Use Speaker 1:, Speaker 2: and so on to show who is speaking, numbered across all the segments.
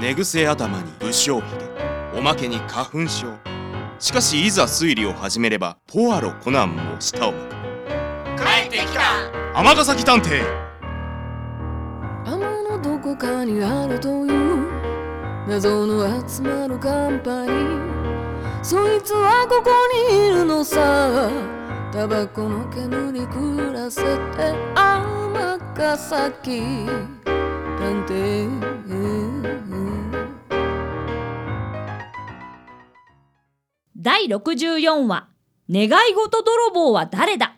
Speaker 1: 寝癖頭に不祥髭おまけに花粉症しかしいざ推理を始めればポアロコナンも舌を巻く
Speaker 2: 帰ってきた
Speaker 1: 尼崎探偵
Speaker 3: 雨のどこかにあるという謎の集まるカンパニーそいつはここにいるのさタバコの煙に暮らせて天ヶ崎探偵
Speaker 4: 第64話「願い事泥棒は誰だ?」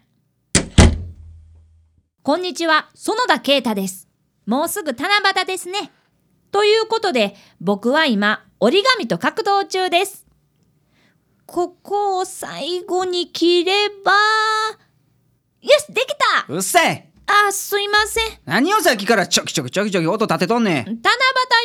Speaker 4: こんにちは園田啓太ですもうすぐ七夕ですねということで僕は今折り紙と格闘中ですここを最後に切ればよしできた
Speaker 5: うっせえ
Speaker 4: あすいません
Speaker 5: 何をさっきからちょきちょきちょきちょき音立てとんねん
Speaker 4: 七夕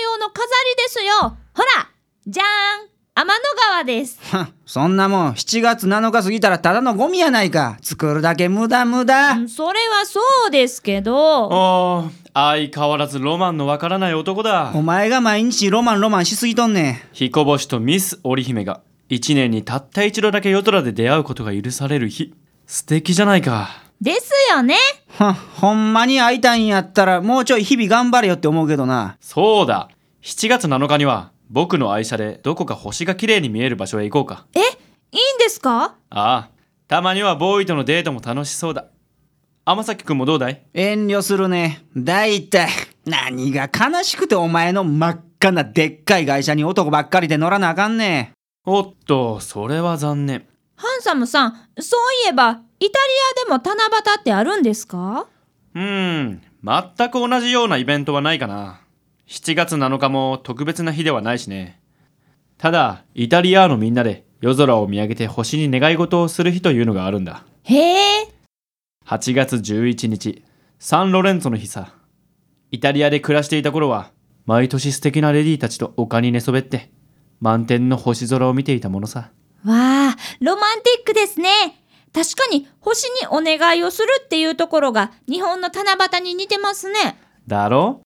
Speaker 4: 用の飾りですよほらじゃーん天の川です
Speaker 5: はっそんなもん7月7日過ぎたらただのゴミやないか作るだけ無駄無駄
Speaker 4: うんそれはそうですけど
Speaker 2: おー相変わらずロマンのわからない男だ
Speaker 5: お前が毎日ロマンロマンしすぎとんね
Speaker 2: 彦星とミス織姫が一年にたった一度だけ夜空で出会うことが許される日素敵じゃないか
Speaker 4: ですよね
Speaker 5: んはっほんまに会いたいんやったらもうちょい日々頑張れよって思うけどな
Speaker 2: そうだ7月7日には僕の愛車でどこか星が綺麗に見える場所へ行こうか
Speaker 4: いいんですか
Speaker 2: ああたまにはボーイとのデートも楽しそうだ天崎くんもどうだい
Speaker 5: 遠慮するねだいたい何が悲しくてお前の真っ赤なでっかい会社に男ばっかりで乗らなあかんね
Speaker 2: おっとそれは残念
Speaker 4: ハンサムさんそういえばイタリアでも七夕ってあるんですか
Speaker 2: うーん全く同じようなイベントはないかな7月7日も特別な日ではないしねただイタリアのみんなで夜空を見上げて星に願い事をする日というのがあるんだ
Speaker 4: へえ
Speaker 2: 8月11日サンロレンツォの日さイタリアで暮らしていた頃は毎年素敵なレディーたちと丘に寝そべって満天の星空を見ていたものさ
Speaker 4: わあロマンティックですね確かに星にお願いをするっていうところが日本の七夕に似てますね
Speaker 2: だろ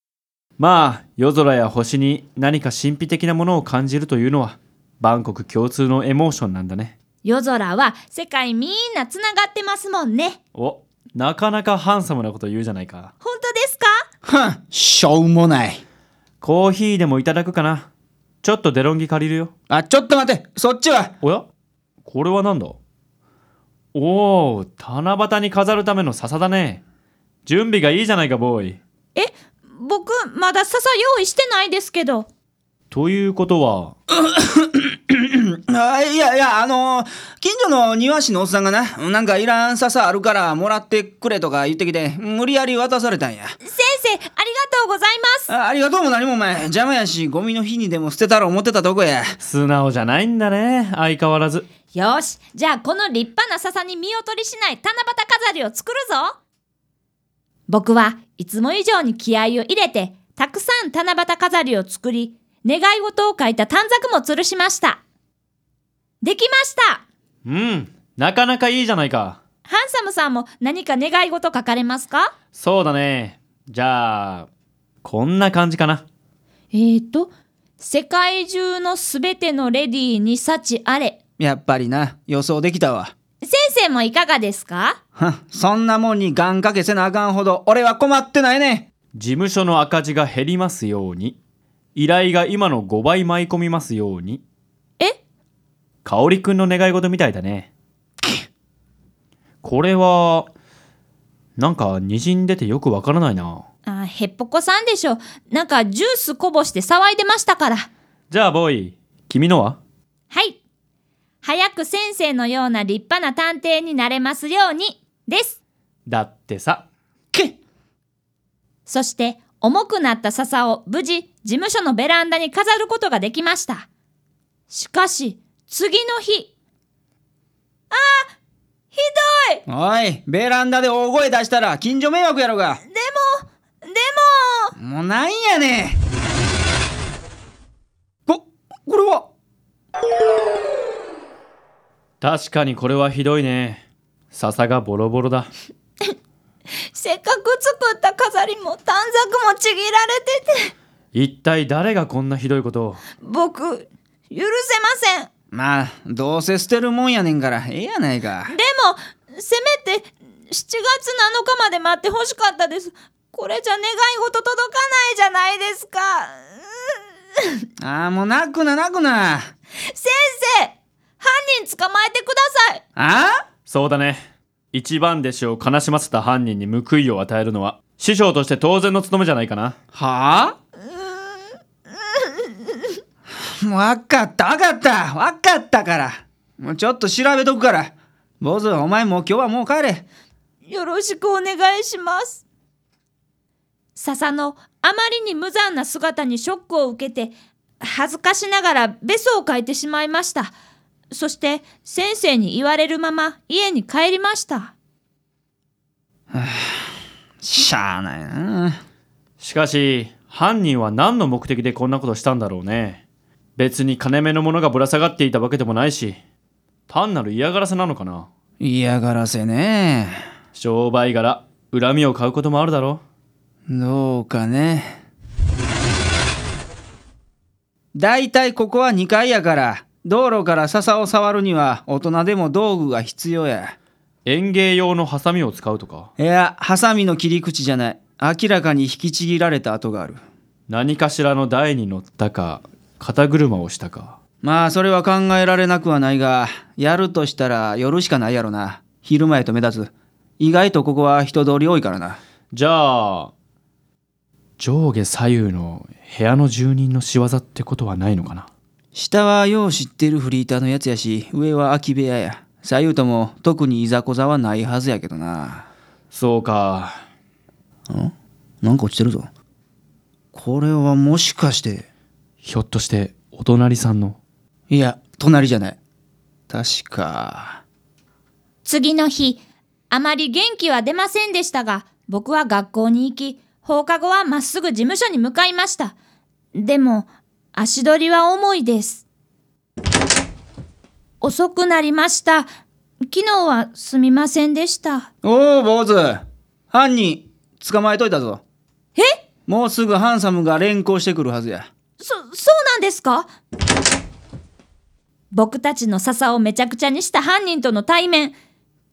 Speaker 2: まあ夜空や星に何か神秘的なものを感じるというのはバンコク共通のエモーションなんだね
Speaker 4: 夜空は世界みんなつながってますもんね
Speaker 2: おなかなかハンサムなこと言うじゃないか
Speaker 4: 本当ですか
Speaker 5: ふんしょうもない
Speaker 2: コーヒーでもいただくかなちょっとデロンギ借りるよ
Speaker 5: あちょっと待ってそっちは
Speaker 2: おやこれは何だおお七夕に飾るための笹だね準備がいいじゃないかボーイ
Speaker 4: 僕まだ笹用意してないですけど
Speaker 2: ということは
Speaker 5: あいやいや、あの近所の庭師のおっさんがな、なんかいらん笹あるからもらってくれとか言ってきて、無理やり渡されたんや。
Speaker 4: 先生ありがとうございます
Speaker 5: あありがとうも何もお前、邪魔やし、ゴミの日にでも捨てたら思ってたとこや。
Speaker 2: 素直じゃないんだね相変わらず
Speaker 4: よしじゃあこの立派な笹に見劣りしない七夕飾りを作るぞ僕はいつも以上に気合を入れてたくさん七夕飾りを作り願い事を書いた短冊も吊るしましたできました
Speaker 2: うんなかなかいいじゃないか
Speaker 4: ハンサムさんも何か願い事書かれますか
Speaker 2: そうだね。じゃあ、こんな感じかな。
Speaker 4: えーと世界中のすべてのレディーに幸あれ
Speaker 5: やっぱりな、予想できたわ。
Speaker 4: 先生もいかがですか
Speaker 5: はんそんなもんに願掛けせなあかんほど、俺は困ってないね。
Speaker 2: 事務所の赤字が減りますように。依頼が今の5倍舞い込みますように。
Speaker 4: え
Speaker 2: 香織くんの願い事みたいだね。これは、なんか滲んでてよくわからないな。
Speaker 4: あーへっぽこさんでしょなんかジュースこぼして騒いでましたから
Speaker 2: じゃあ、ボーイ、君のは
Speaker 4: はい。早く先生のような立派な探偵になれますようにです。
Speaker 2: だってさ。
Speaker 5: け
Speaker 4: そして重くなった笹を無事事務所のベランダに飾ることができました。しかし次の日。あーひどい
Speaker 5: おい、ベランダで大声出したら近所迷惑やろが。
Speaker 4: でも
Speaker 5: もうなんやねん。こ、これは。
Speaker 2: 確かにこれはひどいね。笹がボロボロだ。
Speaker 4: せっかく作った飾りも短冊もちぎられてて。
Speaker 2: 一体誰がこんなひどいことを
Speaker 4: 僕、許せません。
Speaker 5: まあどうせ捨てるもんやねんからええやないか
Speaker 4: でも、せめて7月7日まで待ってほしかったです。これじゃ願い事届かないじゃないですか。うう
Speaker 5: ああもう泣くな泣くな
Speaker 4: 先生、犯人捕まえてください。
Speaker 5: あ
Speaker 2: そうだね一番弟子を悲しませた犯人に報いを与えるのは師匠として当然の務めじゃないかな
Speaker 5: はあもうわかったわかったわかったからもうちょっと調べとくから坊主お前もう今日はもう帰れ
Speaker 4: よろしくお願いします。笹のあまりに無残な姿にショックを受けて、恥ずかしながらベソを書いてしまいました。そして先生に言われるまま家に帰りました。
Speaker 5: しゃあないな
Speaker 2: しかし犯人は何の目的でこんなことしたんだろうね別に金目のものがぶら下がっていたわけでもないし単なる嫌がらせなのかな
Speaker 5: 嫌がらせね
Speaker 2: 商売柄恨みを買うこともあるだろ
Speaker 5: どうかねだいたいここは2階やから道路から笹を触るには大人でも道具が必要や
Speaker 2: 園芸用のハサミを使うとか
Speaker 5: いやハサミの切り口じゃない明らかに引きちぎられた跡がある
Speaker 2: 何かしらの台に乗ったか肩車をしたか
Speaker 5: まあそれは考えられなくはないがやるとしたら夜しかないやろな昼前と目立つ意外とここは人通り多いからな
Speaker 2: じゃあ上下左右の部屋の住人の仕業ってことはないのかな
Speaker 5: 下はよう知ってるフリーターのやつやし上は空き部屋や左右とも特にいざこざはないはずやけどな
Speaker 2: そうか
Speaker 5: なんか落ちてるぞこれはもしかして
Speaker 2: ひょっとしてお隣さんの
Speaker 5: いや隣じゃない確か
Speaker 4: 次の日、あまり元気は出ませんでしたが、僕は学校に行き、放課後はまっすぐ事務所に向かいました。でも、足取りは重いです。遅くなりました。昨日はすみませんでした。
Speaker 5: おお坊主犯人捕まえといたぞ
Speaker 4: え
Speaker 5: もうすぐハンサムが連行してくるはずや
Speaker 4: そ、そうなんですか僕たちの笹をめちゃくちゃにした犯人との対面、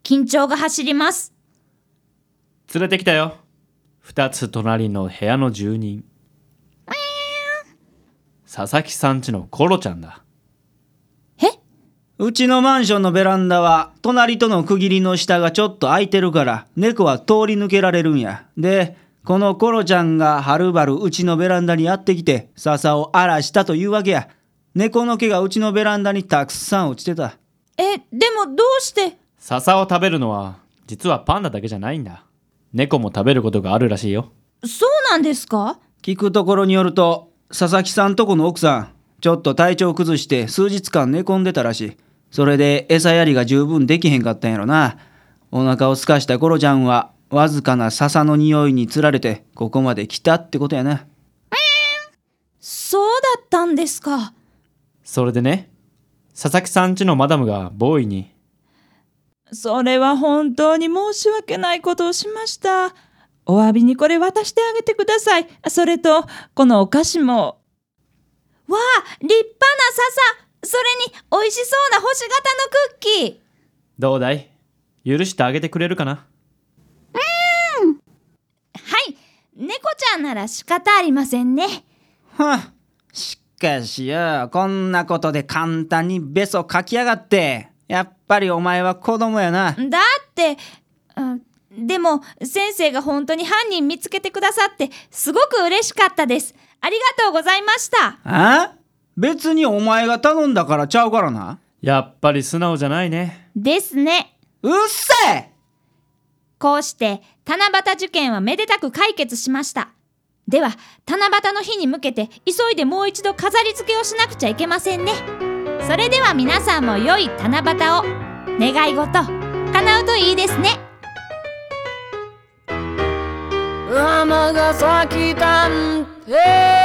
Speaker 4: 緊張が走ります。
Speaker 2: 連れてきたよ二つ隣の部屋の住人佐々木さんちのコロちゃんだ
Speaker 5: うちのマンションのベランダは隣との区切りの下がちょっと空いてるから猫は通り抜けられるんやでこのコロちゃんがはるばるうちのベランダにやってきて笹を荒らしたというわけや猫の毛がうちのベランダにたくさん落ちてた
Speaker 4: え、でもどうして
Speaker 2: 笹を食べるのは実はパンダだけじゃないんだ猫も食べることがあるらしいよ
Speaker 4: そうなんですか
Speaker 5: 聞くところによると佐々木さんとこの奥さんちょっと体調崩して数日間寝込んでたらしいそれで餌やりが十分できへんかったんやろなお腹をすかしたコロちゃんはわずかな笹の匂いにつられてここまで来たってことやな
Speaker 4: そうだったんですか。
Speaker 2: それでね佐々木さんちのマダムがボーイに
Speaker 6: それは本当に申し訳ないことをしました。お詫びにこれ渡してあげてください。それと、このお菓子も。
Speaker 4: わあ、立派な笹それに美味しそうな星形のクッキー
Speaker 2: 「どうだい許してあげてくれるかな
Speaker 4: はい、猫ちゃんなら仕方ありませんね。
Speaker 5: はあしかしよこんなことで簡単にベソかきやがってやっぱりお前は子供やな
Speaker 4: だって、あでも先生が本当に犯人見つけてくださってすごく嬉しかったです。ありがとうございました。
Speaker 5: あ別にお前が頼んだからちゃうからな」
Speaker 2: やっぱり素直じゃないね
Speaker 4: ですね。
Speaker 5: うっせえ
Speaker 4: こうして七夕受験はめでたく解決しました。では、七夕の日に向けて急いでもう一度飾り付けをしなくちゃいけませんね。それでは皆さんも良い七夕を。願い事、叶うといいですね。
Speaker 3: 天が咲いたんて